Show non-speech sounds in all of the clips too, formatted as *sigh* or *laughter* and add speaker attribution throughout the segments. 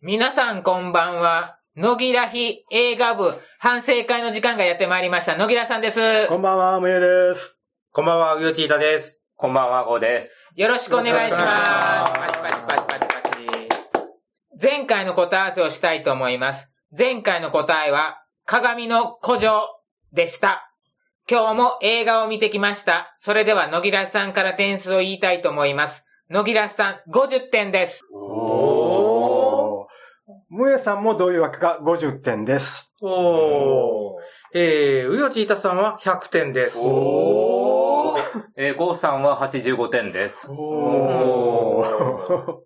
Speaker 1: 皆さんこんばんは。野木らひ映画部反省会の時間がやってまいりました。野木らさんです。
Speaker 2: こんばんは、むゆです。
Speaker 3: こんばんは、うよちいたです。
Speaker 4: こんばんは、ゴーです。
Speaker 1: よろしくお願いします。
Speaker 3: よろしくお願いし
Speaker 1: パ
Speaker 3: ま
Speaker 1: チ
Speaker 3: す
Speaker 1: パチパチパチパチ。前回の答え合わせをしたいと思います。前回の答えは、鏡の古城でした。今日も映画を見てきました。それでは、野木らさんから点数を言いたいと思います。野木らさん、50点です。
Speaker 3: お
Speaker 2: むゆさんも同様枠が50点です。
Speaker 3: ー。おー。えー、うよちいたさんは100点です。
Speaker 4: おえー、ゴーさんは85点です。おー。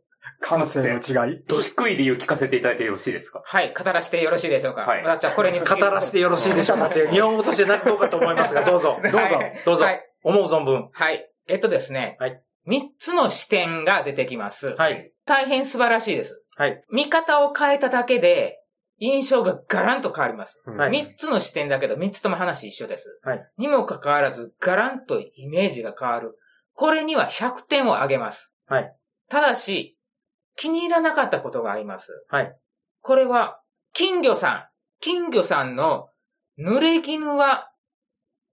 Speaker 2: 感性の違い。
Speaker 4: ど低い理由聞かせていただいてよろしいですか
Speaker 1: はい、語らしてよろしいでしょうか。
Speaker 4: はい
Speaker 1: 私はこれに
Speaker 3: 語らせてよろしいでしょうかっていう、日本語として何どうかと思いますが、どうぞ。
Speaker 1: どう
Speaker 2: ぞ
Speaker 3: どうぞ
Speaker 1: はい。
Speaker 3: 思う存分。
Speaker 1: はいえっとですね。
Speaker 3: はい
Speaker 1: 3つの視点が出てきます。
Speaker 3: はい。
Speaker 1: 大変素晴らしいです。
Speaker 3: はい。
Speaker 1: 見方を変えただけで、印象がガランと変わります。
Speaker 3: はい
Speaker 1: 3つの視点だけど、3つとも話一緒です。
Speaker 3: はい
Speaker 1: にもかかわらず、ガランとイメージが変わる。これには100点をあげます。
Speaker 3: はい
Speaker 1: ただし、気に入らなかったことがあります。
Speaker 3: はい。
Speaker 1: これは、金魚さん。金魚さんの濡れ衣は、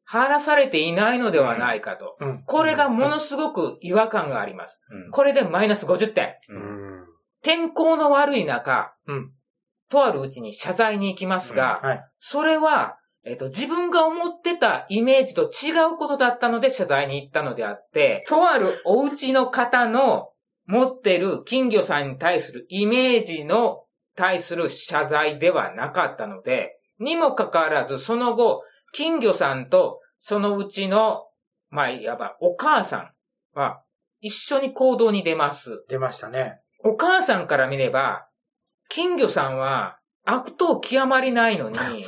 Speaker 1: 話されていないのではないかと。
Speaker 3: うん。
Speaker 1: これがものすごく違和感があります。これでマイナス50点。
Speaker 4: うんうん
Speaker 1: 天候の悪い中、
Speaker 3: うん
Speaker 1: とあるうちに謝罪に行きますが、
Speaker 3: はい。
Speaker 1: それは、えっと、自分が思ってたイメージと違うことだったので謝罪に行ったのであって、とあるお家の方の持ってる金魚さんに対するイメージの対する謝罪ではなかったので、にもかかわらず、その後、金魚さんとそのうちの、まあ、いわばお母さんは一緒に行動に出ます。
Speaker 3: 出ましたね。
Speaker 1: お母さんから見れば、金魚さんは悪党極まりないのに、
Speaker 3: うん。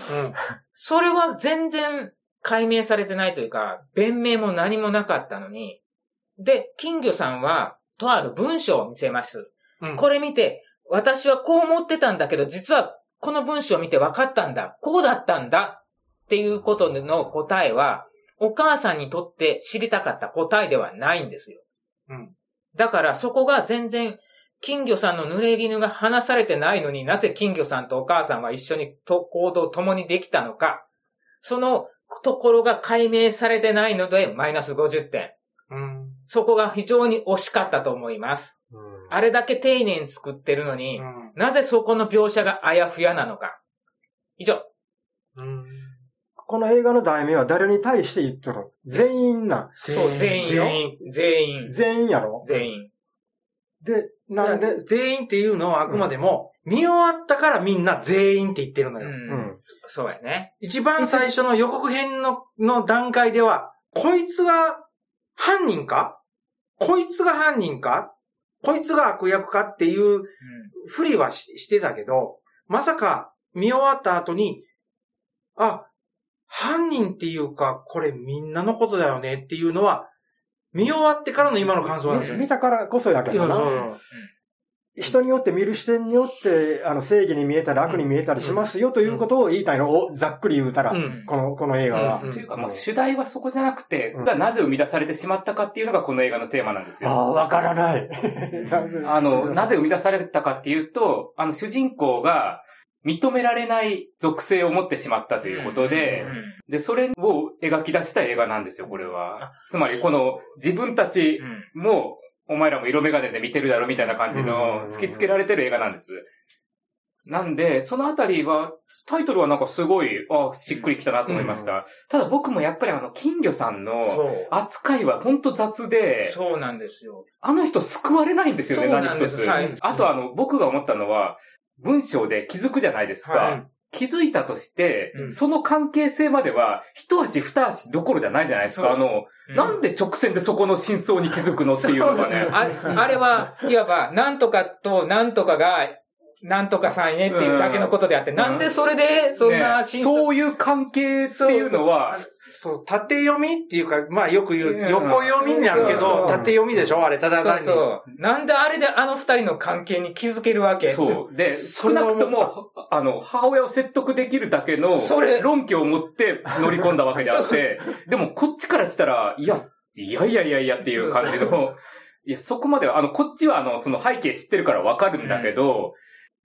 Speaker 1: それは全然解明されてないというか、弁明も何もなかったのに、で、金魚さんは、とある文章を見せます。
Speaker 3: うん
Speaker 1: これ見て、私はこう思ってたんだけど、実はこの文章を見て分かったんだ、こうだったんだ、っていうことの答えは、お母さんにとって知りたかった答えではないんですよ。
Speaker 3: うん
Speaker 1: だからそこが全然、金魚さんの濡れ衣が話されてないのになぜ金魚さんとお母さんは一緒にと行動を共にできたのか、そのところが解明されてないのでマイナス50点。
Speaker 3: うん。
Speaker 1: そこが非常に惜しかったと思います。あれだけ丁寧に作ってるの
Speaker 3: う
Speaker 1: に、
Speaker 3: ん
Speaker 1: なぜそこの描写があやふやなのか。以上。
Speaker 3: うん。
Speaker 2: この映画の題名は誰に対して言っとる全員な。
Speaker 1: そう、全員よ。
Speaker 3: 全員。
Speaker 1: 全員。
Speaker 2: 全員やろ
Speaker 1: 全員。
Speaker 2: で、な
Speaker 3: なんん
Speaker 2: で
Speaker 3: で、、全員っていうのはあくまでも、見終わったからみんな全員って言ってるの
Speaker 1: う。
Speaker 3: よ。
Speaker 2: うんん。
Speaker 1: そうやね。
Speaker 3: 一番最初の予告編の、の段階では、こいつが犯人かこいつが犯人かこいつが悪役かっていうふりはししてたけど、まさか見終わった後に、あ、犯人っていうか、これみんなのことだよねっていうのは、見終わってからの今の感想なんですよ。
Speaker 2: 見たからこそやけど
Speaker 3: いやそ
Speaker 2: な。
Speaker 3: う
Speaker 2: 人によって見る視点によって、あの、正義に見えたり悪に見えたりしますよということを言いたいのをざっくり言うたら
Speaker 3: う、。
Speaker 1: うんん。
Speaker 2: この、この映画は
Speaker 3: う。ん
Speaker 4: というか、もう
Speaker 2: うん
Speaker 4: 主題はそこじゃなくて、
Speaker 2: うん
Speaker 4: がなぜ生み出されてしまったかっていうのがこの映画のテーマなんです
Speaker 2: あ
Speaker 4: よ。
Speaker 2: あ、わからない。
Speaker 4: *laughs* あの、なぜ生み出されたかっていうと、あの、主人公が認められない属性を持ってしまったということで、
Speaker 1: うん
Speaker 4: で、それを描き出した映画なんですよ、これは。つまり、この自分たち
Speaker 1: うん
Speaker 4: も、お前らも色眼鏡で見てるだろみたいな感じ
Speaker 2: うん
Speaker 4: の突きつけられてる映画なんです。なんで、そのあたりは、タイトルはなんかすごい、あしっくりきたなと思いました。
Speaker 2: う
Speaker 4: ただ僕もやっぱりあの、金魚さん
Speaker 1: そ
Speaker 4: の
Speaker 1: う。
Speaker 4: 扱いはほんと雑で、
Speaker 1: そうなんですよ。
Speaker 4: あの人救われないんですよね、
Speaker 1: そう
Speaker 4: 何
Speaker 1: なん
Speaker 4: 一
Speaker 1: です
Speaker 4: つ
Speaker 1: はい。
Speaker 4: あとあの、僕が思ったのは、文章で気づくじゃないですか。
Speaker 1: はい
Speaker 4: 気づいたとして、
Speaker 1: うん
Speaker 4: その関係性までは、一足二足どころじゃないじゃないです
Speaker 1: そう
Speaker 4: か。あの、なんで直線でそこの真相に気づくのっていうのがね。
Speaker 1: ああれは、いわば、なんとかとなんとかが、なんとかさんへっていうだけのことであって、
Speaker 4: ん
Speaker 1: なんでそれで、そんな
Speaker 4: ね
Speaker 1: 真相、
Speaker 4: そういう関係っていうのは、
Speaker 3: そう、縦読みっていうか、まあよく言う、
Speaker 1: うん
Speaker 3: 横読みになるけ
Speaker 1: そうそ
Speaker 3: ど、
Speaker 1: う
Speaker 3: 縦読みでしょあれ、ただ
Speaker 1: そう
Speaker 3: 単に。
Speaker 1: そう。なんであれであの二人の関係に気づけるわけ
Speaker 4: そう。で、
Speaker 3: そ
Speaker 4: 少
Speaker 3: れ
Speaker 4: な
Speaker 3: は思
Speaker 4: く
Speaker 3: った
Speaker 4: とも、あの、母親を説得できるだけの
Speaker 1: それ
Speaker 4: 論拠を持って乗り込んだわけであって、でもこっちからしたら、いや、いやいやいやいやっていう感じ
Speaker 1: そうそ
Speaker 4: の、いや、そこまでは、あの、こっちはあの、その背景知ってるからわかるんだけど、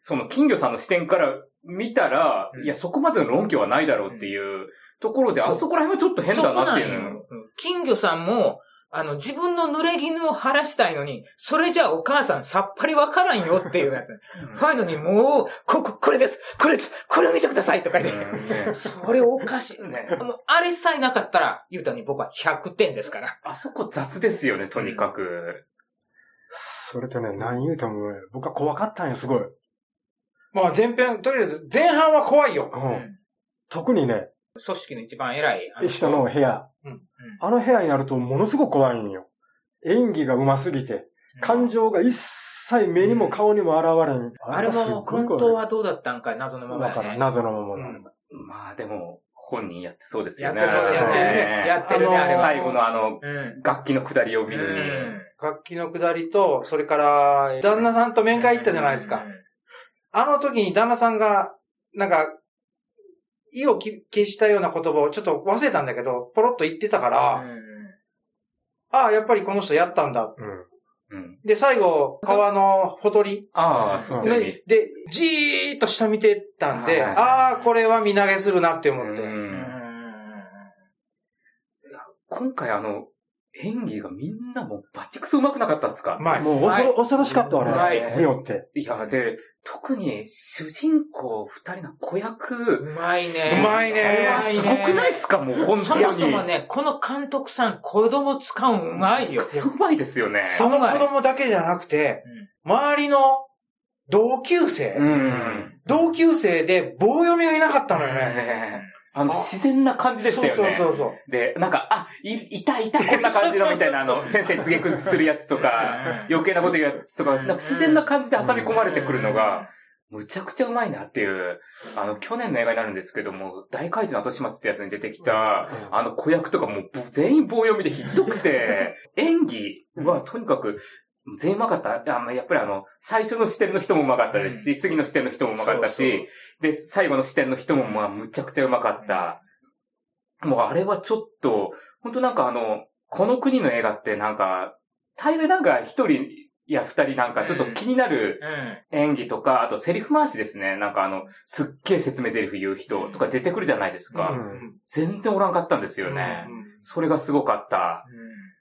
Speaker 4: その金魚さんの視点から見たら、
Speaker 1: うん
Speaker 4: いや、そこまでの論拠はないだろうっていうところで、
Speaker 1: そう
Speaker 4: あそこら辺はちょっと変だなっていう
Speaker 1: そこ
Speaker 4: の
Speaker 1: なん
Speaker 4: よ
Speaker 1: ようん金魚さんも、あの、自分の濡れ衣を晴らしたいのに、それじゃあお母さんさっぱりわからんよっていうやつ。ファイのにもう、こ、こ、これですこれですこれを見てくださいとか言って。
Speaker 4: うんね
Speaker 1: それおかしい。
Speaker 4: ね
Speaker 1: もうあれさえなかったら、ゆうたに僕は100点ですから。
Speaker 4: あそこ雑ですよね、とにかく。
Speaker 2: それとね、何言うても、僕は怖かったんよ、すごい。
Speaker 3: まあ前編、とりあえず前半は怖いよ
Speaker 2: う。。
Speaker 1: うんん
Speaker 2: 特にね、
Speaker 1: 組織の一番偉い。あ
Speaker 2: 人の。部屋。
Speaker 1: うん
Speaker 2: あの部屋になるとものすごく怖いんよ。演技が上手すぎて、感情が一切目にも顔にも現れん。
Speaker 1: あれ
Speaker 2: がすっ
Speaker 1: も、
Speaker 2: ごい
Speaker 1: 本
Speaker 2: 怖い
Speaker 1: 当はどうだったんかい謎のまま
Speaker 2: わ
Speaker 1: や
Speaker 2: からん。
Speaker 1: ね。
Speaker 2: 謎のものなの。
Speaker 4: まあでも、本人やってそうです
Speaker 1: や
Speaker 4: よ
Speaker 1: っ
Speaker 4: ね。
Speaker 1: てそうですね。や
Speaker 4: ね
Speaker 1: ってるね、あれは。
Speaker 4: 最後のあの、
Speaker 1: うん。
Speaker 4: 楽器の下りを見
Speaker 1: う
Speaker 4: る
Speaker 1: ん
Speaker 3: 楽器の下りと、それから、旦那さんと面会行ったじゃないですか。。あの時に旦那さんが、なんか、意をき消したような言葉をちょっと忘れたんだけど、ポロッと言ってたから、ああ、やっぱりこの人やったんだ。
Speaker 2: うん。
Speaker 4: に。うん。
Speaker 3: で、最後、川のほとり、
Speaker 4: ああ、そっちに
Speaker 3: ね。で、じーっと下見てたんで、
Speaker 4: はい
Speaker 3: ああ、これは見投げするなって思っ
Speaker 4: う
Speaker 3: て。
Speaker 1: うん
Speaker 4: ん今回あの、演技がみんなもうバチクソ上手くなかったっすか
Speaker 3: まあ、
Speaker 2: もう恐
Speaker 1: は
Speaker 2: ろ恐ろしかった、あ
Speaker 4: は
Speaker 2: れ。
Speaker 4: い
Speaker 2: 見よって。
Speaker 4: いや、で、特に主人公二人の子役、
Speaker 1: うまいね。
Speaker 3: うまいね
Speaker 1: うまいね
Speaker 4: すごくないっすかもう本
Speaker 1: そ
Speaker 4: 当に。
Speaker 1: もそもね、この監督さん、子供使うんうまいよ
Speaker 4: ク。ソうまいですよね。
Speaker 3: その子供だけじゃなくて、周りの同級生、
Speaker 4: うん。
Speaker 3: 同級生で棒読みがいなかったのよね。
Speaker 4: ねあの、自然な感じでしたよね。
Speaker 3: そうそうそう
Speaker 4: で、なんか、あ、い、いたいた、こんな感じのみたいな、あの、先生に告げくするやつとか、余計なこと言うやつとか、なんか自然な感じで挟み込まれてくるのが、むちゃくちゃうまいなっていう、あの、去年の映画になるんですけども、大怪獣の後始末ってやつに出てきた、あの子役とかもう全員棒読みでひどくて、演技はとにかく、全員うまかった。あまあやっぱりあの、最初の視点の人もうまかったですし、次の視点の人もうまかったし、
Speaker 1: そう
Speaker 4: で、最後の視点の人もまあ、むちゃくちゃうまかった。もうあれはちょっと、本当なんかあの、この国の映画ってなんか、大概なんか一人や二人なんかちょっと気になる
Speaker 1: うん
Speaker 4: 演技とか、あとセリフ回しですね。なんかあの、すっげえ説明台詞言う人とか出てくるじゃないですか。
Speaker 2: うん
Speaker 4: 全然おらんかったんですよね。
Speaker 3: うん
Speaker 4: それがすごかったっ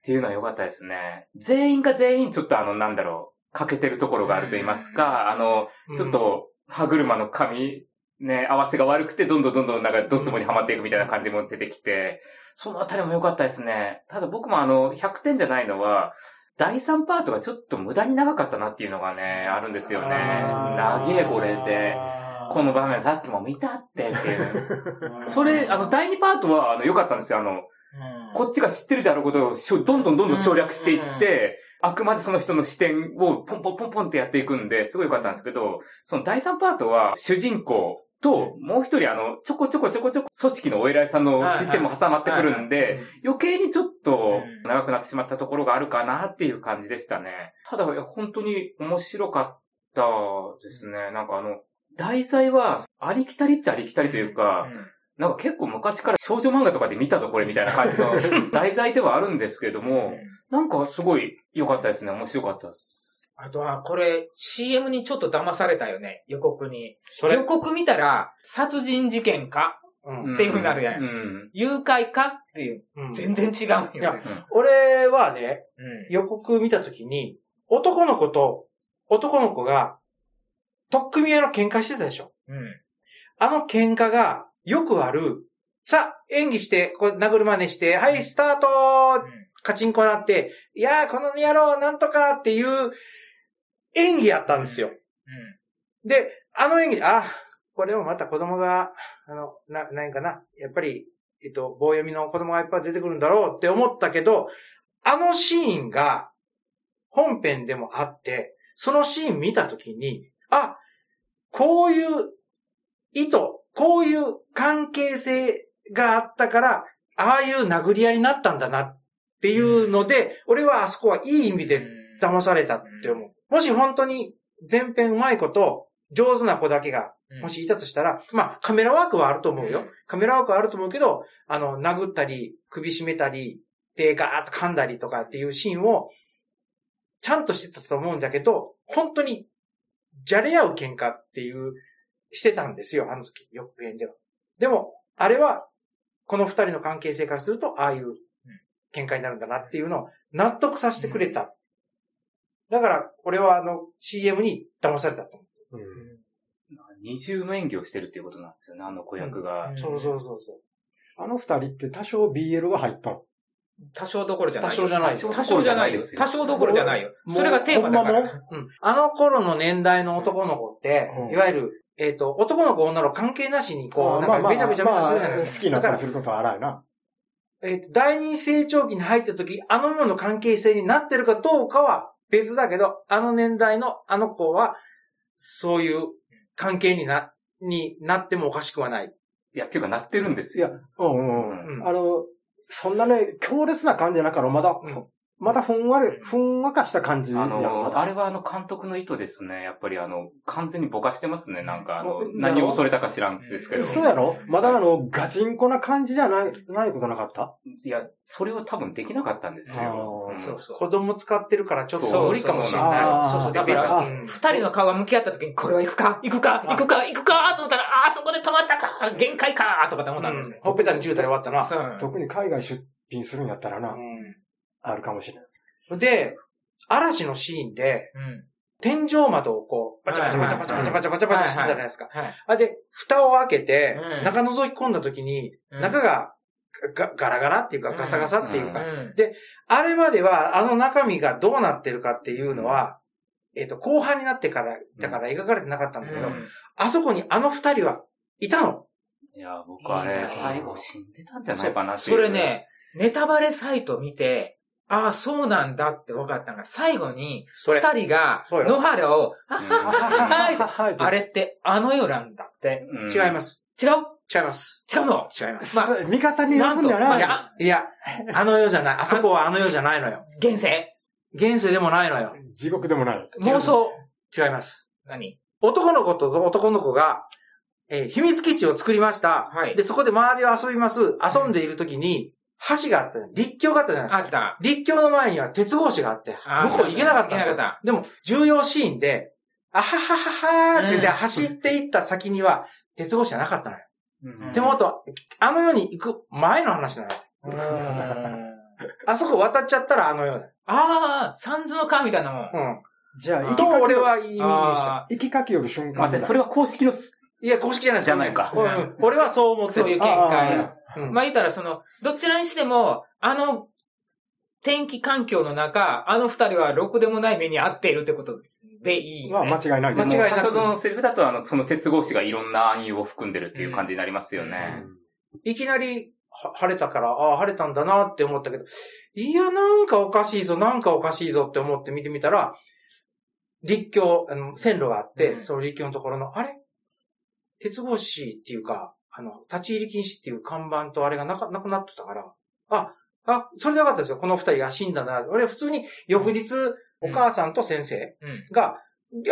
Speaker 4: ていうのは良かったですね。全員が全員ちょっとあの、なんだろう、欠けてるところがあると言いますか、あの、
Speaker 3: うん
Speaker 4: ちょっと、歯車の髪、ね、合わせが悪くて、どんどんどんどんなんか、どつぼにはまっていくみたいな感じも出てきて、そのあたりも良かったですね。ただ僕もあの、100点じゃないのは、第3パートがちょっと無駄に長かったなっていうのがね、あるんですよね。
Speaker 3: あー
Speaker 4: 長えこれで。この場面さっきも見たってっていう。それ、あの、、第2パートは、あの、良かったんですよ。あの、
Speaker 1: うん
Speaker 4: こっちが知ってるであろうことをしょどんどんどんどん省略していって、あくまでその人の視点をポンポンポンポンってやっていくんで、すごい良かったんですけど、その第3パートは主人公と、もう一人あの、ちょこちょこちょこちょこ組織のお偉いさんのシステムも挟まってくるんで、余計にちょっと長くなってしまったところがあるかなっていう感じでしたね。ただ、いや本当に面白かったですね。なんかあの、題材はありきたりっちゃありきたりというか、なんか結構昔から少女漫画とかで見たぞこれみたいな感じの題材ではあるんですけど
Speaker 1: *laughs* うん
Speaker 4: も、なんかすごい良かったですね。面白かったです。
Speaker 1: あとは、これ、CM にちょっと騙されたよね、予告に。
Speaker 3: それ
Speaker 1: 予、告見たら、殺人事件か
Speaker 3: うん
Speaker 1: っていう風になるやん
Speaker 4: うん。
Speaker 1: 誘拐かっていう、
Speaker 3: うん
Speaker 1: 全然違うん
Speaker 3: い
Speaker 1: よ
Speaker 3: や
Speaker 1: ね。
Speaker 3: 俺はね、
Speaker 1: うん
Speaker 3: 予告見たときに、男の子と男の子が、とっくみえの喧嘩してたでしょ。
Speaker 1: うん
Speaker 3: あの喧嘩が、よくある、さ、演技して、こう殴る真似して、はい、スタートカチンコなって、いやー、この野郎、なんとかっていう演技やったんですよ。で、あの演技、あ、これをまた子供が、あの、な、なんかな、やっぱり、えっと、棒読みの子供がいっぱい出てくるんだろうって思ったけど、あのシーンが本編でもあって、そのシーン見たときに、あ、こういう意図、こういう関係性があったから、ああいう殴り合いになったんだなっていうので、俺はあそこはいい意味で騙されたって思う。もし本当に前編うまいこと、上手な子だけが、
Speaker 1: うん
Speaker 3: もしいたとしたら、まあカメラワークはあると思う
Speaker 1: う
Speaker 3: よ
Speaker 1: ん。
Speaker 3: カメラワークはあると思うけど、あの、殴ったり、首絞めたり、手ガーッと噛んだりとかっていうシーンを、ちゃんとしてたと思うんだけど、本当にじゃれ合う喧嘩っていう、してたんですよ、あの時、予告編では。でも、あれは、この二人の関係性からすると、ああいう喧嘩になるんだなっていうのを納得させてくれた。だから、これはあの、CM に騙されたと思
Speaker 2: うん
Speaker 4: 二重の演技をしてるっていうことなんですよね、あの子役が
Speaker 1: うん
Speaker 3: う。。そうそうそうそう。
Speaker 2: あの二人って多少 BL が入ったの。
Speaker 1: 多少どころじゃない。
Speaker 3: 多少じゃないよ
Speaker 1: 多少じゃないよ。多少どころじゃないよ。
Speaker 3: もう
Speaker 1: それがテーマだか
Speaker 2: ほんま
Speaker 1: ら。
Speaker 3: うん。あの頃の年代の男の子って、
Speaker 2: うん
Speaker 3: いわゆる、えっ、と、男の子女の子関係なしに、こう、なんか、べちゃべちゃべちゃするじゃないですか。
Speaker 2: まあ好きになったり
Speaker 3: だか
Speaker 2: することは荒いな。
Speaker 3: ら、えっ、と、第二成長期に入った時、あのものの関係性になってるかどうかは別だけど、あの年代のあの子は、そういう関係にな、になってもおかしくはない。
Speaker 4: いや、っていうかなってるんです
Speaker 2: いや
Speaker 4: よ。、
Speaker 2: うんう
Speaker 4: うん
Speaker 2: うん。
Speaker 4: ん
Speaker 3: うん
Speaker 2: あの、そんなね、強烈な感じじゃなかろ、まだ、
Speaker 3: うん
Speaker 2: まだふんわり、ふんわかした感じや
Speaker 4: あ
Speaker 2: んま
Speaker 4: の、
Speaker 2: だ
Speaker 4: あれはあの監督の意図ですね。やっぱりあの、完全にぼかしてますね。なんかあの
Speaker 2: う、ん
Speaker 4: 何を恐れたか知らんですけ
Speaker 1: れ
Speaker 4: ど。
Speaker 1: は
Speaker 2: そうやろまだあの、ガチンコな感じじゃない、ないことなかった
Speaker 4: いや、それを多分できなかったんですよ
Speaker 2: あー。
Speaker 4: ん
Speaker 1: そうそう。
Speaker 3: 子供使ってるからちょっ
Speaker 4: そ
Speaker 3: と
Speaker 4: う
Speaker 3: 無理かもしれ
Speaker 2: そうそう
Speaker 3: な
Speaker 2: あ
Speaker 3: い。
Speaker 2: ー
Speaker 1: そうそう、だ
Speaker 3: だ
Speaker 1: か
Speaker 3: から、
Speaker 1: ら、
Speaker 3: うん
Speaker 1: 二人の顔が向き合った時に、これは行くか行くか行くか行くかと思ったら、ああー、そこで止まったか限界かとかって思ったんですね。
Speaker 3: ほっぺたに渋滞終わったな。
Speaker 1: そう。
Speaker 2: 特に海外出品するんやったらな、
Speaker 3: う
Speaker 2: あるかもしれない。
Speaker 3: んで、嵐のシーンで、
Speaker 1: うん。
Speaker 3: 天井窓をこう、バチャバチャバチャバチャバチャバチャバチャバチャしてたじゃないですか。
Speaker 1: はい。
Speaker 3: あ、で、蓋を開けて
Speaker 1: う、ん
Speaker 3: 中覗き込んだ時に、中ががガラガラっていうか
Speaker 1: うん
Speaker 3: ガサガサっていう
Speaker 1: う
Speaker 3: か、
Speaker 1: ん。
Speaker 3: あれまではあの中身がどうなってるかっていうのは、えっと、後半になってから、だから描かれてなかったんだけど
Speaker 1: う、
Speaker 3: あそこにあの二人はいたの。
Speaker 4: いや、僕あ
Speaker 1: いい
Speaker 4: れ、
Speaker 1: な
Speaker 4: 最後死んでたんじゃないかなっていう。
Speaker 1: それ、ね、ネタバレサイト見て、ああ、そうなんだって分かったのが、最後に、
Speaker 3: そ
Speaker 1: 二
Speaker 3: れ。
Speaker 1: 人が、
Speaker 3: そうよ
Speaker 1: 野原を、
Speaker 4: うん
Speaker 1: はい
Speaker 2: はい
Speaker 1: あれってあの世なんだって。 *laughs*
Speaker 4: うん
Speaker 3: 違います。
Speaker 1: 違う
Speaker 3: 違います。
Speaker 1: 違うの
Speaker 3: 違います。
Speaker 1: まあ
Speaker 2: 味方になるんじゃない
Speaker 1: いや
Speaker 3: いや、あの世じゃない。あそこはあの世じゃないのよ。
Speaker 1: 現世
Speaker 3: 現世でもないのよ。
Speaker 2: 地獄でもない。
Speaker 1: 妄想
Speaker 3: 違います。
Speaker 1: 何
Speaker 3: 男の子と男の子が、えー秘密基地を作りました。
Speaker 1: はい
Speaker 3: で、そこで周りを遊びます。遊んでいるときに、橋があった、立橋があったじゃないです
Speaker 1: あ
Speaker 3: か。
Speaker 1: った。
Speaker 3: 立橋の前には鉄格子があって、
Speaker 1: あー
Speaker 3: 向こう行けなかったんです
Speaker 1: 行けな
Speaker 3: よ
Speaker 1: かっ。
Speaker 3: でも、重要シーンで、あははははーって言って
Speaker 1: うん
Speaker 3: 走っていった先には、鉄格子じゃなかったのよ。
Speaker 4: うん
Speaker 3: 手元、あの世に行く前の話なのよ。
Speaker 1: うーん
Speaker 3: あそこ渡っちゃったらあの世だよ。
Speaker 1: ああ、三途の川みたいなもん。
Speaker 3: う。
Speaker 2: じゃあ、
Speaker 1: うん
Speaker 2: 行き
Speaker 3: と、
Speaker 2: かけ
Speaker 3: 俺は言いにした。
Speaker 1: あ
Speaker 2: 行きかけよる瞬間
Speaker 4: 待
Speaker 2: だ
Speaker 4: って、それは公式のす、
Speaker 3: いや、公式じゃないです
Speaker 4: じゃないか
Speaker 3: うん俺はそう思
Speaker 1: あ、
Speaker 3: って
Speaker 1: そうい
Speaker 3: る
Speaker 1: う。見解
Speaker 2: あ
Speaker 1: や。
Speaker 3: うん
Speaker 1: まあ言ったらその、どちらにしても、あの、天気環境の中、あの二人はろくでもない目に遭っているってことでいいよ
Speaker 2: は
Speaker 1: ね。
Speaker 2: 間違いないと
Speaker 4: でも
Speaker 2: 思う
Speaker 3: 間違いなく
Speaker 4: 先ほどのセリフだと、あの、その鉄格子がいろんな暗喩を含んでるっていう感じになりますよね。
Speaker 3: いきなりは晴れたから、ああ、晴れたんだなって思ったけど、いや、なんかおかしいぞ、なんかおかしいぞって思って見てみたら、立橋、あの、線路があって、
Speaker 1: うん
Speaker 3: その立橋のところの、あれ鉄格子っていうか、あの、立ち入り禁止っていう看板とあれがなかなくなってたから、あ、あ、それでよかったですよ。この二人が死んだな。俺、普通に翌日、お母さんと先生
Speaker 1: うん。
Speaker 3: が、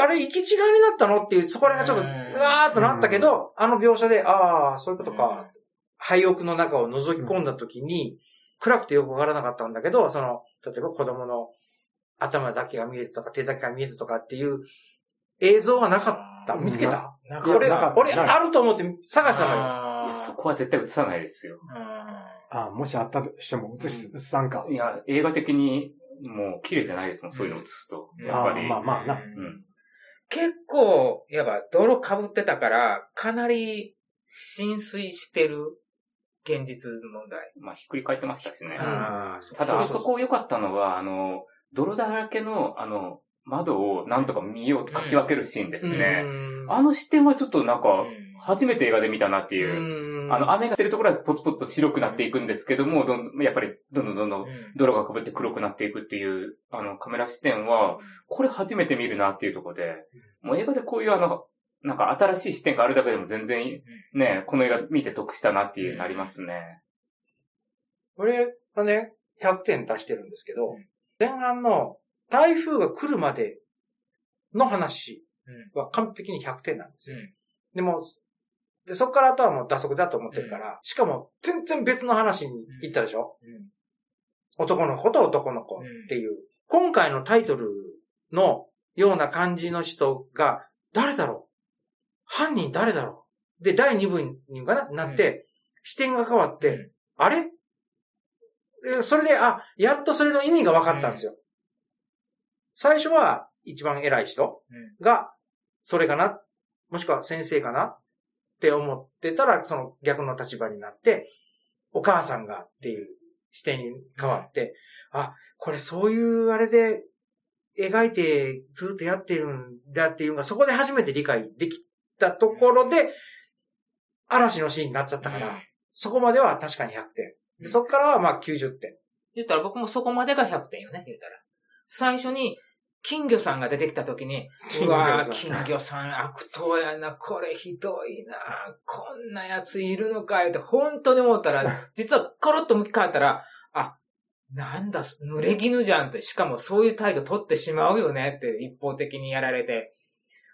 Speaker 3: あれ、行き違いになったのっていう、そこら辺がちょっ
Speaker 1: うん
Speaker 3: と、うわーっとなったけど、あの描写で、ああ、そういうことか、廃屋の中を覗き込んだ時に、暗くてよくわからなかったんだけど、その、例えば子供の頭だけが見えてたとか手だけが見えてたとかっていう映像はなかった。
Speaker 2: うん
Speaker 3: 見つけた、
Speaker 1: なん
Speaker 2: いや
Speaker 3: 俺
Speaker 2: なかっ、た
Speaker 3: 俺、
Speaker 2: ない
Speaker 3: あると思って探したのよ。
Speaker 1: あー
Speaker 4: いやそこは絶対映さないですよ。
Speaker 2: あ、もしあったとしても映し、映さんか。
Speaker 4: いや、映画的にもう綺麗じゃないですもん、そういうの映すと。
Speaker 1: うん
Speaker 4: やっぱり。
Speaker 2: まあまあな
Speaker 4: うん
Speaker 1: 結構、やっぱ泥被ってたから、かなり浸水してる現実問題。
Speaker 4: まあ、ひっくり返ってましたしね。
Speaker 1: あー
Speaker 3: そ
Speaker 4: た
Speaker 3: うそ
Speaker 4: だ、あ
Speaker 3: うそう
Speaker 4: そこ良かったのは、あの、泥だらけの、あの、窓をなんとか見ようとかき分けるシーンですね。
Speaker 3: うん
Speaker 4: あの視点はちょっとなんか、
Speaker 1: う
Speaker 4: 初めて映画で見たなって
Speaker 3: う
Speaker 4: いう。
Speaker 3: ん
Speaker 4: あの、雨が出るところはポツポツと白くなっていくんですけども、どんやっぱり、どんどんどんどん
Speaker 1: ん
Speaker 4: 泥が被って黒くなっていくっていう、あの、カメラ視点は、これ初めて見るなっていうところで、もう映画でこういうあの、なんか新しい視点があるだけでも全然、ね、この映画見て得したなっていうなりますね。
Speaker 3: 俺はね、100点出してるんですけど、
Speaker 1: うん
Speaker 3: 前半の台風が来るまでの話
Speaker 1: うん
Speaker 3: は完璧に100点なんですよ。
Speaker 1: うん
Speaker 3: でも、で、そこからあとはもう打足だと思ってるから、しかも全然別の話に行ったでしょ、
Speaker 1: うん
Speaker 3: 男の子と男の子っていう。今回のタイトルのような感じの人が誰だろう犯人誰だろうで、第2部にかななって、視点が変わって、
Speaker 1: うん
Speaker 3: あれえそれで、あ、やっとそれの意味が分かったんですよ。最初は、一番偉い人が、それかなもしくは先生かなって思ってたら、その逆の立場になって、お母さんがっていう視点に変わって、あ、これそういうあれで描いてずっとやってるんだっていうのが、そこで初めて理解できたところで、嵐のシーンになっちゃったから、そこまでは確かに100点。でそこからはまあ90点。
Speaker 1: 言ったら僕もそこまでが100点よね、言ったら。最初に、金魚さんが出てきた時に、
Speaker 3: 金
Speaker 1: う
Speaker 3: 魚
Speaker 1: わ
Speaker 3: さん
Speaker 1: ぁ、金魚さん悪党やな、これひどいなこんなやついるのかよって、本当に思った
Speaker 3: *laughs*
Speaker 1: ら、実はコロッと向き変わったら、あ、なんだ、濡れ衣じゃんって、しかもそういう態度取ってしまうよねって一方的にやられて、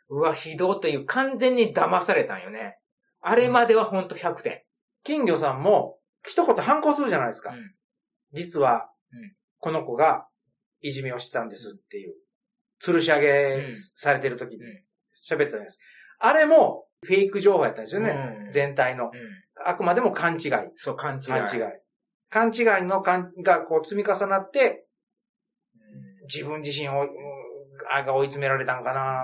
Speaker 1: うわ、ひどいという完全に騙されたんよね。あれまでは本当100点。
Speaker 3: 金魚さんも、一言反抗するじゃないですか。
Speaker 1: うん
Speaker 3: 実は
Speaker 1: うん、
Speaker 3: この子がいじめをしてたんですっていう、吊るし上げされてる時に
Speaker 1: うん
Speaker 3: 喋ったじゃないですか。あれもフェイク情報やったんですよね。
Speaker 1: うん
Speaker 3: 全体
Speaker 1: う。
Speaker 3: の
Speaker 1: ん。
Speaker 3: あくまでも勘違い。
Speaker 1: そう、勘違い。
Speaker 3: 勘違い。勘違いの勘がこう積み重なって、
Speaker 1: うん
Speaker 3: 自分自身を、うんあが追い詰められたんかな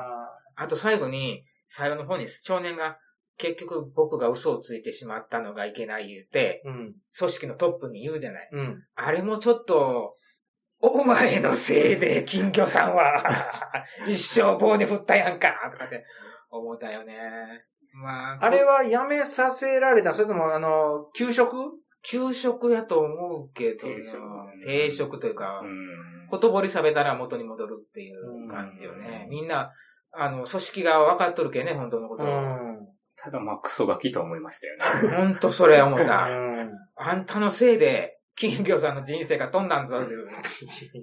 Speaker 1: あと最後に、最後の方に少年が、結局僕が嘘をついてしまったのがいけない言うて、
Speaker 3: うん。
Speaker 1: 組織のトップに言うじゃない。
Speaker 3: うん。
Speaker 1: あれもちょっと、お前のせいで金魚さんは、一生棒に振ったやんかとかって思ったよね。まあ、
Speaker 3: あれはやめさせられたそれとも、あの、給食
Speaker 1: 給食やと思うけどな
Speaker 4: 定食
Speaker 1: 定食というか、
Speaker 4: うん
Speaker 1: ほとぼり冷めたら元に戻るっていう感じよね。みんな、あの、組織が分かっとるけね、本当のこと。
Speaker 3: うん。
Speaker 4: ただまあ、クソガキとは思いましたよね。
Speaker 1: ほんとそれ思っ
Speaker 3: う *laughs*
Speaker 1: た。
Speaker 3: ん。
Speaker 1: あんたのせいで、金魚さんの人生が飛んだんぞっていう。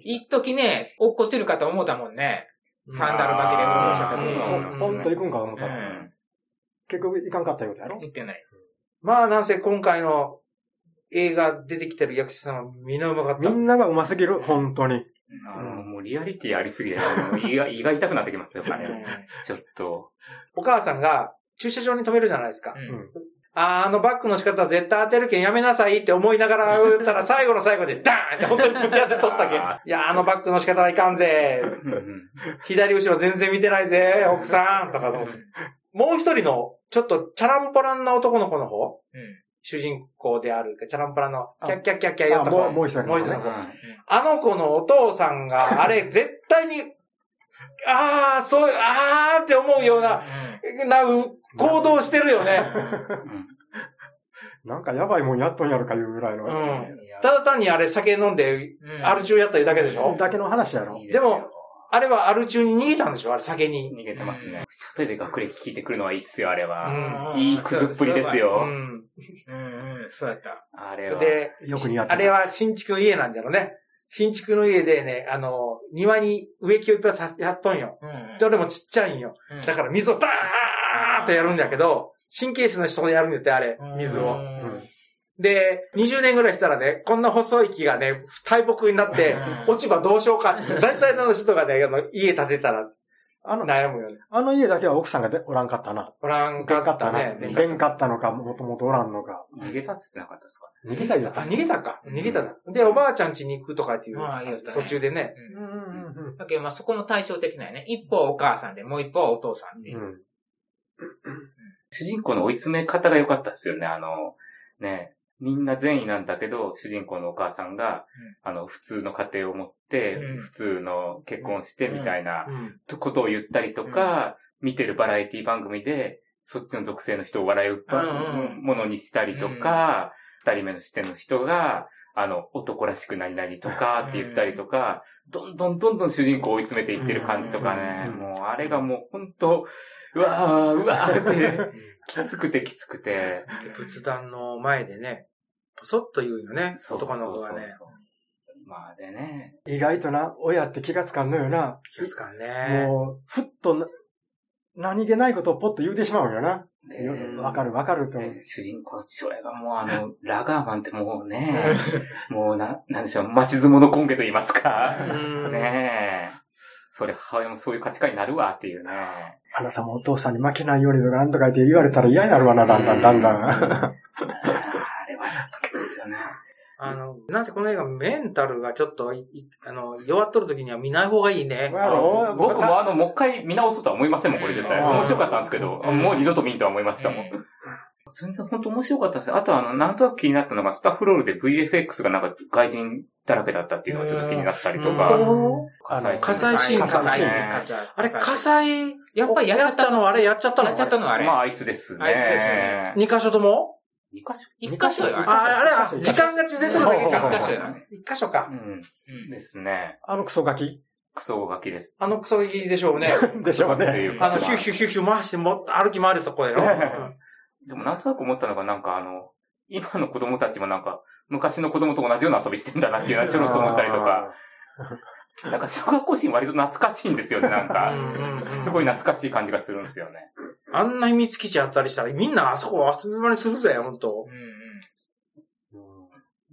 Speaker 1: 一時ね、落っこちるかと思ったもんね。サンダル履きで運動したと
Speaker 3: う
Speaker 1: 思
Speaker 3: ん
Speaker 1: う。
Speaker 2: ポンと行くんか思った
Speaker 1: う
Speaker 2: ら、
Speaker 1: ん。
Speaker 2: 結局行かんかったようだやろ
Speaker 1: 言ってない。
Speaker 3: まあ、なんせ今回の映画出てきてる役者さんはみんなうまかっ
Speaker 2: み
Speaker 3: た。
Speaker 2: んながうますぎる、本当に。
Speaker 4: あの、もうリアリティありすぎて、あの胃が、胃が痛くなってきますよ、あれ。ちょっと。
Speaker 3: お母さんが駐車場に止めるじゃないですか。
Speaker 1: う
Speaker 2: うんん。
Speaker 3: あーあのバックの仕方は絶対当てるけんやめなさいって思いながら打ったら最後の最後でダーンって本当にぶち当てとっ
Speaker 2: *laughs*
Speaker 3: たけん。い
Speaker 4: あ
Speaker 3: や、あのバックの仕方はいかんぜ。
Speaker 4: うんうん
Speaker 3: 左後ろ全然見てないぜ、奥さんとかと思ってもう一人の、ちょっとチャランポランな男の子の方
Speaker 1: うん
Speaker 3: 主人公である、チャランポランの
Speaker 2: あ
Speaker 3: キャッキャッキャッキャ言った子。
Speaker 2: あもうもう一人の方
Speaker 3: も
Speaker 2: ね
Speaker 3: う一人の子。
Speaker 4: はい
Speaker 3: あの子のお父さ
Speaker 2: *laughs*
Speaker 3: んが、あれ、絶対に、ああ、そう、ああって思うような、な、う行動してるよね。
Speaker 2: なんかやばいもんやっとんやろかいうぐらいの。
Speaker 3: うん
Speaker 4: うんいや
Speaker 3: ただ単にあれ、酒飲んで、
Speaker 1: うん
Speaker 3: アル中やったいうだけでしょ
Speaker 2: だけの話やろ
Speaker 4: いいす
Speaker 3: で
Speaker 4: よ
Speaker 3: もあれはアル中に逃げたんでしょあれ、酒に。
Speaker 4: 逃げてますね。外で学歴聞いてくるのはいいっすよ、あれは。
Speaker 1: うん
Speaker 4: いいくずっぷりです。
Speaker 3: う
Speaker 4: よ。
Speaker 1: う
Speaker 3: ん。
Speaker 1: んうん、そうやった。
Speaker 4: あれは。
Speaker 3: で、
Speaker 2: よく似合ってた
Speaker 3: あれは新築の家なんだろうね。新築の家でね、あの、庭に植木をいっぱいさやっとんよ。
Speaker 1: うん
Speaker 3: どれもちっちゃいんよ。だから水をダーッとやるんだけど、神経質な人がやるんだって、あれ、水を。
Speaker 1: うん
Speaker 3: で、20年ぐらいしたらね、こんな細い木がね、大木になって
Speaker 1: う、ん
Speaker 3: 落ち葉どうしようかって、大体の人がね、あの家建てたら
Speaker 2: あの、
Speaker 3: 悩むよね。
Speaker 2: あの家だけは奥さんがでおらんかったな。
Speaker 3: おらんかったね。
Speaker 2: 出んかったな。
Speaker 3: で
Speaker 2: 出んかったのか、もともとおらんのか。
Speaker 4: 逃げたっつってなかったですか
Speaker 2: 逃げたいだっ
Speaker 3: あ、
Speaker 2: た。
Speaker 3: 逃げたか。逃げただ。で、おばあちゃん家に行くとかっていう
Speaker 1: まあ言うたね
Speaker 3: 途中でね。
Speaker 2: うんうん
Speaker 1: だけど、まあ、そこの対照的なよね。一方はお母さんで、もう一方はお父さんで。
Speaker 2: うん。うん。
Speaker 4: 主人公の追い詰め方が良かったっすよね。あの、ね、みんな善意なんだけど、主人公のお母さんが、あの、普通の家庭を持って、
Speaker 1: うん
Speaker 4: 普通の結婚してみたいな
Speaker 3: うん
Speaker 4: ことを言ったりとか、見てるバラエティ番組で、そっちの属性の人を笑う
Speaker 1: うんうん
Speaker 4: ものにしたりとか、二、人目の視点の人が、あの、男らしく何々とかって言ったりとか、どんどんどんどん主人公を追い詰めていってる感じとかね、
Speaker 2: うん
Speaker 4: もうあれがもうほんと、うわー、うわーって、きつくてきつくて。
Speaker 3: で仏壇の前でね、ぽそっと言うよね、
Speaker 4: そう
Speaker 3: 男の子がね
Speaker 4: そう。そうそうまあでね、
Speaker 2: *laughs* 意外とな、親って気がつかんのよな。
Speaker 3: 気づかんね。
Speaker 2: もう、ふっとな、何気ないことをポッと言うてしまうんよな。
Speaker 4: ね
Speaker 2: よわかるわかると思う。
Speaker 4: ね主人公、父親がもうあの、ラガーマンってもうね、もうな、なんでしょう、町相撲の根家と言いますか。
Speaker 3: うん
Speaker 4: ねそれ母親もそういう価値観になるわっていうね。
Speaker 2: あなたもお父さんに負けないようにとかなんとか言って言われたら嫌になるわな、だんだん、だんだん。
Speaker 4: あれはちょっときついですよね。
Speaker 3: あの、なんせこの映画メンタルがちょっとい、いあの、弱っとる時には見ない方がいいね。
Speaker 2: あの
Speaker 4: 僕もあの、もう一回見直すとは思いませんもん、これ絶対。
Speaker 2: うん
Speaker 4: 面白かったんですけど、
Speaker 1: うん
Speaker 4: もう二度と見んとは思いましたもん。全然本当面白かったですね。あとあの、なんとなく気になったのが、スタッフロールで VFX がなんか外人だらけだったっていうのがちょっと気になったりと
Speaker 3: う
Speaker 4: か。
Speaker 2: あの
Speaker 3: 火災シー
Speaker 2: 火
Speaker 3: ン
Speaker 2: 災シーン
Speaker 3: あれ、火災
Speaker 1: やっぱりやっちゃったの
Speaker 3: のあれやっちゃったの
Speaker 1: やっちゃったの
Speaker 4: ま
Speaker 1: あれ。
Speaker 4: あ、あいつですね。
Speaker 1: あいつですね
Speaker 3: 二箇所とも
Speaker 4: 二箇所
Speaker 1: 一箇所よ。
Speaker 3: ああれ、あれ、あ
Speaker 2: 一箇所
Speaker 3: 時間がち出とるだけ
Speaker 2: あ
Speaker 3: か。
Speaker 1: 一箇所よな。
Speaker 3: 一箇所か
Speaker 4: う。ん。
Speaker 1: で
Speaker 4: ですね。
Speaker 2: あのクソガキ
Speaker 4: クソガキです。
Speaker 3: あのクソ劇でしょうね。
Speaker 2: でしょう
Speaker 4: クソガキとい
Speaker 2: ね。
Speaker 4: うか
Speaker 3: あの、ヒューヒューヒューヒュー回しても、歩き回るとこだ
Speaker 4: *laughs*
Speaker 3: よ。
Speaker 4: でもなんとなく思ったのが、なんかあの、今の子供たちもなんか、昔の子供と同じような遊びしてんだなっていうのはちょろっと思ったりとか、なんか小学校シーン割と懐かしいんですよね、なん
Speaker 3: う
Speaker 4: か。
Speaker 3: んうんうん
Speaker 4: すごい懐かしい感じがするんですよね。
Speaker 3: あんな秘密基地あったりしたら、みんなあそこ遊び場にするぜ、ほんと。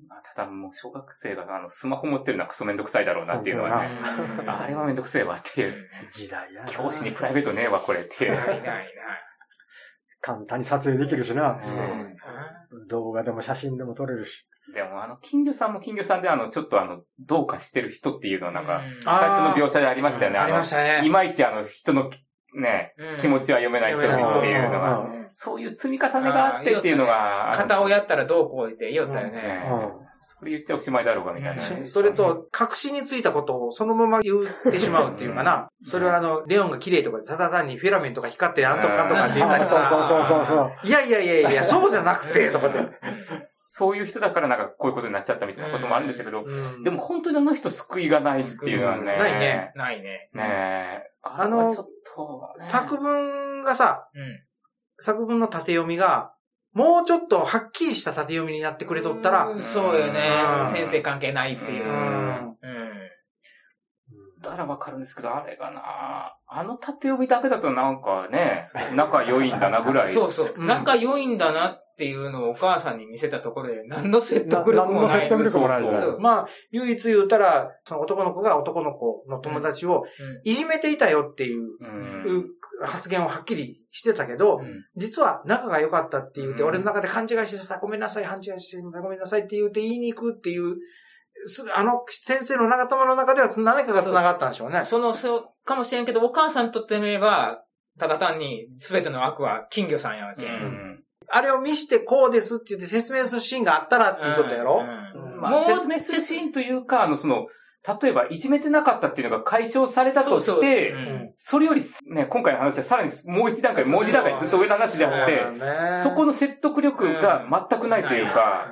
Speaker 4: まあただもう小学生があの、スマホ持ってるのはクソめんどくさいだろうなっていうのはね。
Speaker 1: うん
Speaker 4: あれはめんどくせえわっていう。
Speaker 2: 時代やな。
Speaker 4: 教師にプライベートねえわ、これっていう。
Speaker 1: ないない
Speaker 2: 簡単に撮影できるしな。
Speaker 4: う
Speaker 1: な
Speaker 4: ん
Speaker 2: 動画でも写真でも撮れるし。
Speaker 4: でもあの、金魚さんも金魚さんであの、ちょっとあの、どうかしてる人っていうのはなんか、
Speaker 1: あ
Speaker 4: 最初の描写でありましたよね。
Speaker 3: あり
Speaker 4: の
Speaker 3: ましたね
Speaker 4: い。まいちあの人のね、気持ちは読めない人たちっていうの
Speaker 2: う
Speaker 4: が、
Speaker 2: ん
Speaker 1: うん
Speaker 4: そういう積み重ねがあってっていうのが、
Speaker 1: 肩を
Speaker 4: や
Speaker 1: やったらどうこう言って言おったよね。
Speaker 2: うん
Speaker 4: それ言っちゃおしまいだろうがみたいな
Speaker 1: う
Speaker 4: ね。
Speaker 1: ん
Speaker 3: それと、確信についたことをそのまま言ってしまうっていうかな。それはあの、レオンが綺麗とかで、ただ単にフィラメントが光ってなんとかとかって言ったり
Speaker 2: そう
Speaker 3: さ、
Speaker 2: そうそうそうそう。
Speaker 3: いやいやいやいや、そうじゃなくて、とかって。
Speaker 4: そういう人だからなんかこういうことになっちゃったみたいなこともあるんですけど、
Speaker 3: うん
Speaker 4: でも本当にあの人救いがないっていうのはね。
Speaker 1: 救いが
Speaker 3: ないね。
Speaker 1: ないね。
Speaker 4: ねえ。
Speaker 3: あの
Speaker 4: れはちょっと、
Speaker 3: 作文がさ、
Speaker 1: うん。
Speaker 3: 作文の縦読みが、もうちょっとはっきりした縦読みになってくれとったら、
Speaker 1: う
Speaker 3: うん
Speaker 1: そうよね
Speaker 3: う。ん
Speaker 1: 先生関係ないっていう。
Speaker 4: うん
Speaker 3: ん。
Speaker 1: うん
Speaker 4: だからわかるんですけど、あれがな、あの縦読みだけだとなんかね、仲良いんだなぐらい。
Speaker 1: そうそう。
Speaker 3: うん
Speaker 1: 仲良いんだなっていうのをお母さんに見せたところで何の説
Speaker 2: な
Speaker 1: 得力
Speaker 2: 何
Speaker 1: も
Speaker 2: の
Speaker 1: ない。
Speaker 2: 説得力もない
Speaker 4: そうそうそう
Speaker 3: まあ、唯一言うたら、その男の子が男の子の友達
Speaker 1: う
Speaker 3: を
Speaker 1: ん
Speaker 3: いじめていたよっていう
Speaker 4: うん。
Speaker 3: 発言をはっきりしてたけど、
Speaker 4: うん
Speaker 3: 実は仲が良かったって言って、
Speaker 4: うん
Speaker 3: 俺の中で勘違いしてさ、ごめんなさい、勘違いして、ごめんなさいって言って言いに行くっていう、すあの先生の長友の中ではつ何かが繋がったんでしょうね。
Speaker 1: その、そう、かもしれんけど、お母さんにとってみれば、ただ単に全ての悪は金魚さんやわけ。
Speaker 4: うん
Speaker 3: あれを見してこうですって言って説明するシーンがあったらっていうことやろ、
Speaker 1: うん
Speaker 3: うん
Speaker 4: ま
Speaker 1: も
Speaker 4: あ、
Speaker 1: う
Speaker 4: 説明するシーンというか、あの、その、例えば、いじめてなかったっていうのが解消されたと
Speaker 1: そうそ
Speaker 4: し
Speaker 1: う
Speaker 4: て、
Speaker 1: う
Speaker 4: そ
Speaker 1: ん
Speaker 4: れより、ね、今回の話はさらにもう一段階、もう一段階ずっと上の話であって、そこ
Speaker 3: の、
Speaker 4: の説得力が全くないというか、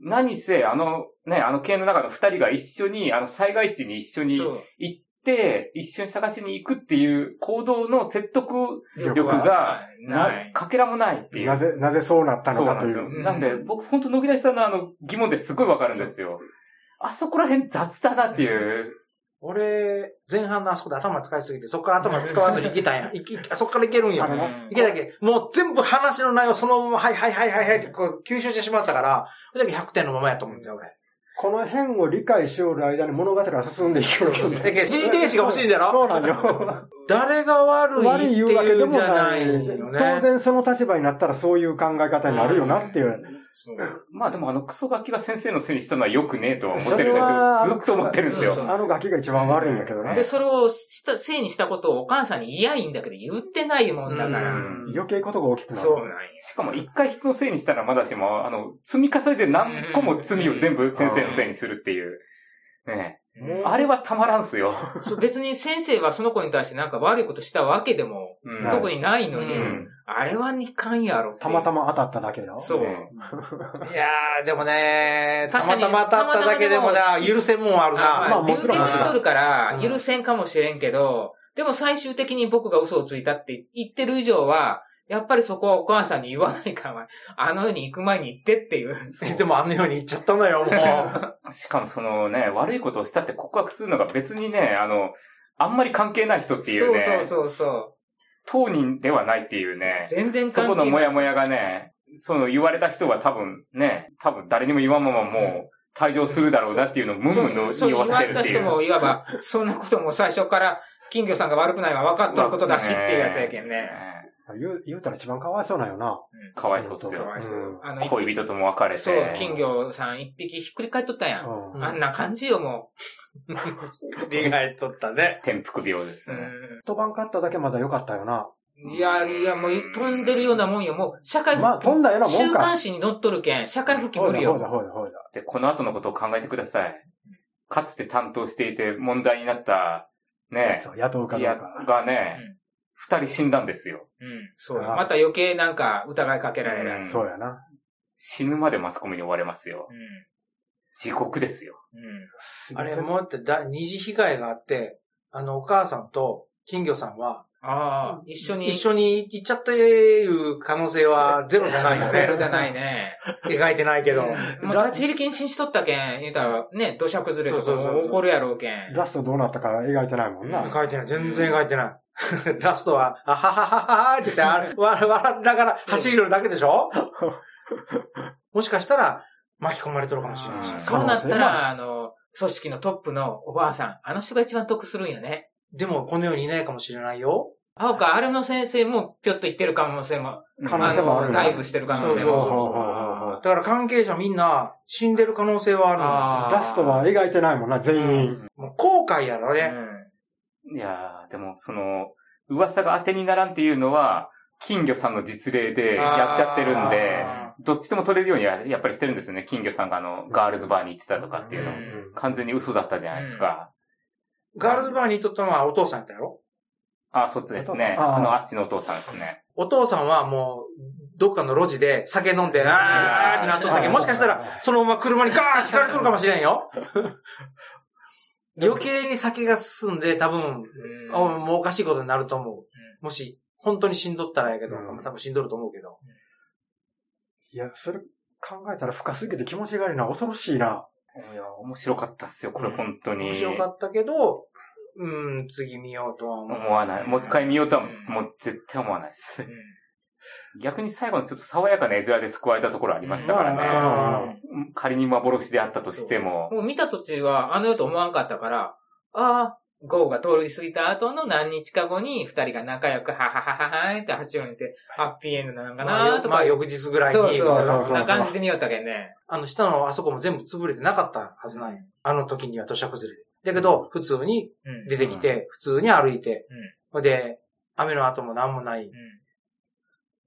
Speaker 4: 何せ、あの、ね、あの系の中の二人が一緒に、あの、災害地に一緒
Speaker 1: うん
Speaker 4: に
Speaker 1: そう
Speaker 4: 行って、一緒に探しに行くっていう行動の説得
Speaker 2: 力
Speaker 4: 力が、な
Speaker 1: ない、
Speaker 4: かけらもないっていう。
Speaker 2: なぜ、なぜそうなった
Speaker 4: そ
Speaker 2: の
Speaker 4: うな
Speaker 2: か
Speaker 4: ん
Speaker 2: と
Speaker 4: で
Speaker 2: い
Speaker 4: すよ。
Speaker 2: う。
Speaker 1: ん
Speaker 4: なんで、僕、本当野木大さんのあの、疑問ですごいわかるんですよ。あそこら辺雑だなっていう。
Speaker 3: 俺、前半のあそこで頭使いすぎて、そこから頭使わずにいけたんや。いきそこからいけるん
Speaker 2: あ
Speaker 3: や。
Speaker 2: の
Speaker 1: うん
Speaker 3: いけたけ。もう全部話の内容そのまま、はいはいはいはいはいってこう吸収してしまったから、それだけ100点のままやと思うんだよ、俺。
Speaker 2: この辺を理解しよる間に物語が進んでいくわけ
Speaker 3: だけど指示停止が欲しいんだ
Speaker 2: そ
Speaker 3: ろ
Speaker 2: うなんよ。
Speaker 3: 誰が悪
Speaker 2: 悪
Speaker 3: い
Speaker 2: い言
Speaker 3: って
Speaker 2: うわけ
Speaker 3: い
Speaker 2: で
Speaker 3: うん
Speaker 2: も
Speaker 3: じゃな
Speaker 2: ないい。
Speaker 3: よね。
Speaker 2: 当然その立場になったらそういう考え方になるよなっていう。
Speaker 1: そう
Speaker 4: まあでもあの、クソガキが先生のせいにしたのは良くねえとは思ってるんです
Speaker 2: それは
Speaker 4: よ。ずっと思ってるんです
Speaker 1: そう
Speaker 4: よ。
Speaker 2: あのガキが一番悪いんやけど
Speaker 1: で、
Speaker 2: ね。
Speaker 1: それをした、せいにしたことをお母さんに嫌いんだけど言ってないもんだから。
Speaker 4: うん
Speaker 2: 余計ことが大きくなる。
Speaker 1: そうなんや。
Speaker 4: しかも一回人のせいにしたらまだしも、あの、積み重ねで何個も罪を全部先生のせいにするっていう。ねえあれはたまらんすよ。
Speaker 1: そう別に先生はその子に対してなんか悪いことしたわけでも、
Speaker 4: うん
Speaker 2: はい
Speaker 1: 特にないのに、
Speaker 4: うん
Speaker 1: あれはにかんやろ。
Speaker 2: たまた。ま当たっただけよ。
Speaker 1: そう。
Speaker 4: ね
Speaker 3: いやー、でもね、た
Speaker 1: 確か
Speaker 3: ま
Speaker 1: に
Speaker 3: たま当たっただけでもな、許せんもんある
Speaker 1: あま
Speaker 3: な。
Speaker 1: あ、
Speaker 2: まあもちろん
Speaker 1: 流血しとるから、
Speaker 3: うん
Speaker 1: 許せんかもしれんけど、でも最終的に僕が嘘をついたって言ってる以上は、やっぱりそこはお母さんに言わないから、あの世に行く前に行ってっていう。
Speaker 3: でもあのように言っちゃったのよ、もう。
Speaker 4: しかもそのね、悪いことをしたって告白するのが別にね、あの、あんまり関係ない人っていうね。
Speaker 1: そうそうそうそ
Speaker 4: 当人ではないっていう
Speaker 1: う。
Speaker 4: ね。
Speaker 1: 全然
Speaker 4: そ
Speaker 1: 関係
Speaker 4: こ
Speaker 1: な
Speaker 4: の
Speaker 1: い。
Speaker 4: モヤモヤがね、その言われた人は多分ね、多分誰にも言わんままもう退場するだろうなっていうのをムンムンの
Speaker 1: そう
Speaker 4: 匂
Speaker 1: 言
Speaker 4: わ
Speaker 1: わ
Speaker 4: せ
Speaker 1: れ
Speaker 4: てる
Speaker 1: た
Speaker 4: ってい
Speaker 1: 人
Speaker 4: う。
Speaker 1: も、いわば、そんなことも最初から、金魚さんが悪くないのは分かっとることだしっていうやつやけんね。
Speaker 2: 言う、言うたら一番かわいそうなんよな。
Speaker 1: うん
Speaker 4: かわいそうっす
Speaker 1: か
Speaker 4: よ。
Speaker 1: わいそう。あの、
Speaker 4: 恋人とも別れて。
Speaker 1: そう、金魚さん一匹ひっくり返っとったやん。
Speaker 2: うん
Speaker 1: あんな感じよ、も
Speaker 2: *laughs*
Speaker 3: 利害取ったね。
Speaker 4: 転覆病です
Speaker 1: う。
Speaker 4: ね。
Speaker 1: う
Speaker 2: 飛ばんかっただけまだ良かったよな。
Speaker 1: んいや、いや、もう飛んでるようなもんよ。もう、社会
Speaker 2: まあ、飛んだようなも
Speaker 1: 週
Speaker 2: んか。
Speaker 1: 刊誌に乗っとるけん、社会復帰
Speaker 2: ほ
Speaker 1: 無
Speaker 2: うだ
Speaker 1: 理
Speaker 2: ほうだ
Speaker 1: よ。
Speaker 2: ほうだほうだ。
Speaker 4: で、この後のことを考えてください。かつて担当していて問題になった、ね、
Speaker 2: そう、雇うか
Speaker 4: い
Speaker 2: どう
Speaker 4: や
Speaker 2: か。、
Speaker 4: がね
Speaker 1: うん、
Speaker 4: 二、人死んだんですよ。
Speaker 1: うん、そうよ
Speaker 2: ああ
Speaker 1: また余計なんか疑いかけられるや
Speaker 4: うん
Speaker 1: つ。
Speaker 2: そうやな。
Speaker 4: 死ぬまでマスコミに追われますよ。
Speaker 1: う
Speaker 4: 地獄ですよ。
Speaker 1: ん、うん。
Speaker 2: す
Speaker 3: あれ、
Speaker 2: 全
Speaker 3: もうってだ、二次被害があって、あの、お母さんと金魚さんは、
Speaker 1: ああ、一緒に。
Speaker 3: 一緒に行っちゃっていう可能性はゼロじゃないよ
Speaker 1: レベルじ *laughs*
Speaker 3: ね。
Speaker 1: ゃないね。
Speaker 3: 描いてないけど。
Speaker 1: うんもう立ち入り禁止にしとったけん、言うたらね、土砂崩れとか
Speaker 3: そうそうそう
Speaker 1: も
Speaker 3: そう
Speaker 1: 起こるやろうけん。
Speaker 2: ラストどうなったか描いてないもんな。
Speaker 3: 描いてない。全然描いてない。 *laughs* ラストは、あははははって言ってあれ、笑笑いながら走るだけでしょもしかしたら巻き込まれてるかもしれないし
Speaker 1: あー。
Speaker 2: そ
Speaker 1: そうなったら、あの、組織のトップのおばあさん、あの人が一番得するんよね。
Speaker 3: でも、この世にいないかもしれないよ。
Speaker 1: あおか、あれの先生もぴょっと言ってる可能性も、
Speaker 2: 可能性もあ
Speaker 1: の、
Speaker 2: るよ
Speaker 1: ダイブしてる可能
Speaker 2: そう
Speaker 1: 性
Speaker 2: そう
Speaker 1: も。
Speaker 2: そうそう
Speaker 3: だから関係者みんな死んでる可能性はあ
Speaker 1: あー
Speaker 2: ラストは描いてないもんな、全員。
Speaker 3: るの。もう後悔やろ
Speaker 1: う
Speaker 3: ね。
Speaker 1: ん
Speaker 4: いやー、でも、その、噂が当てにならんっていうのは、金魚さんの実例でやっちゃってるんで、
Speaker 3: あ
Speaker 4: どっちとも取れるようにはやっぱりしてるんですよね。金魚さんがあの、ガールズバーに行ってたとかっていうの。
Speaker 1: うん
Speaker 4: 完全に嘘だったじゃないですか。
Speaker 3: ガールズバーにとったのはお父さんやったやろ
Speaker 4: あ、そっちです
Speaker 2: お父
Speaker 4: ね。
Speaker 2: さんあー
Speaker 4: あの、あっちのお父さんですね。
Speaker 3: お父さんはもう、どっかの路地で酒飲んで、あーってなっとったけど、もしかしたら、そのまま車にガーン引かれとるかもしれんよ。余計に酒が進んで、多分、
Speaker 1: うん
Speaker 3: あもうおかしいことになると思う。もし、本当に死んどったらやけど、
Speaker 2: うん
Speaker 3: 多分死んどると思うけど。
Speaker 2: いや、それ考えたら深すぎて気持ちが悪いな、恐ろしいな。
Speaker 4: いや、面白かったっすよ、これ本当に。
Speaker 3: 面白かったけど、うん、次見ようとは思う。
Speaker 4: 思わない。もう一回見ようとは、
Speaker 1: うん
Speaker 4: もう絶対思わないです
Speaker 1: う。ん
Speaker 4: 逆に最後のちょっと爽やかな絵面で救われたところありましたから
Speaker 2: うん
Speaker 4: ね。仮に幻であったとしても、
Speaker 1: もう見た途中は、あの世と思わんかったから、ああ、ゴーが通り過ぎた後の何日か後に、二人が仲良く、はははははーんって走るにて、ハッピーエンドなのかなーと
Speaker 3: ま
Speaker 1: か。
Speaker 3: あ、翌日ぐらいに、
Speaker 1: そうそう
Speaker 2: そう
Speaker 1: そんな感じで見よったけんね。
Speaker 3: あの、下のあそこも全部潰れてなかったはずない。あの時には土砂崩れで。だけど、普通に
Speaker 1: うん
Speaker 3: 出てきて、普通に歩いて、ほんで、雨の後も何もない。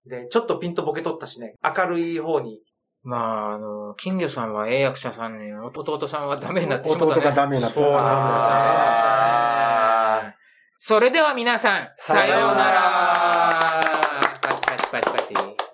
Speaker 3: で、ちょっとピンとボケとったしね、明るい方に。
Speaker 1: まあ、あの、金魚さんは英訳者さんに、弟さんはダメになってしま
Speaker 2: 弟
Speaker 1: ったね。
Speaker 2: がダメになってる
Speaker 3: そう
Speaker 2: あ
Speaker 3: な
Speaker 2: ダ
Speaker 3: ん
Speaker 2: メ
Speaker 3: だ
Speaker 2: だ
Speaker 4: あー
Speaker 1: それでは皆さん、さようならパチパチパチパチ。